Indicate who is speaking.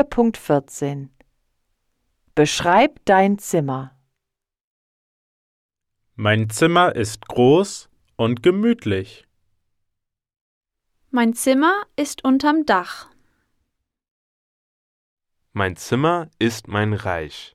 Speaker 1: 4.14 Beschreib dein Zimmer.
Speaker 2: Mein Zimmer ist groß und gemütlich.
Speaker 3: Mein Zimmer ist unterm Dach.
Speaker 4: Mein Zimmer ist mein Reich.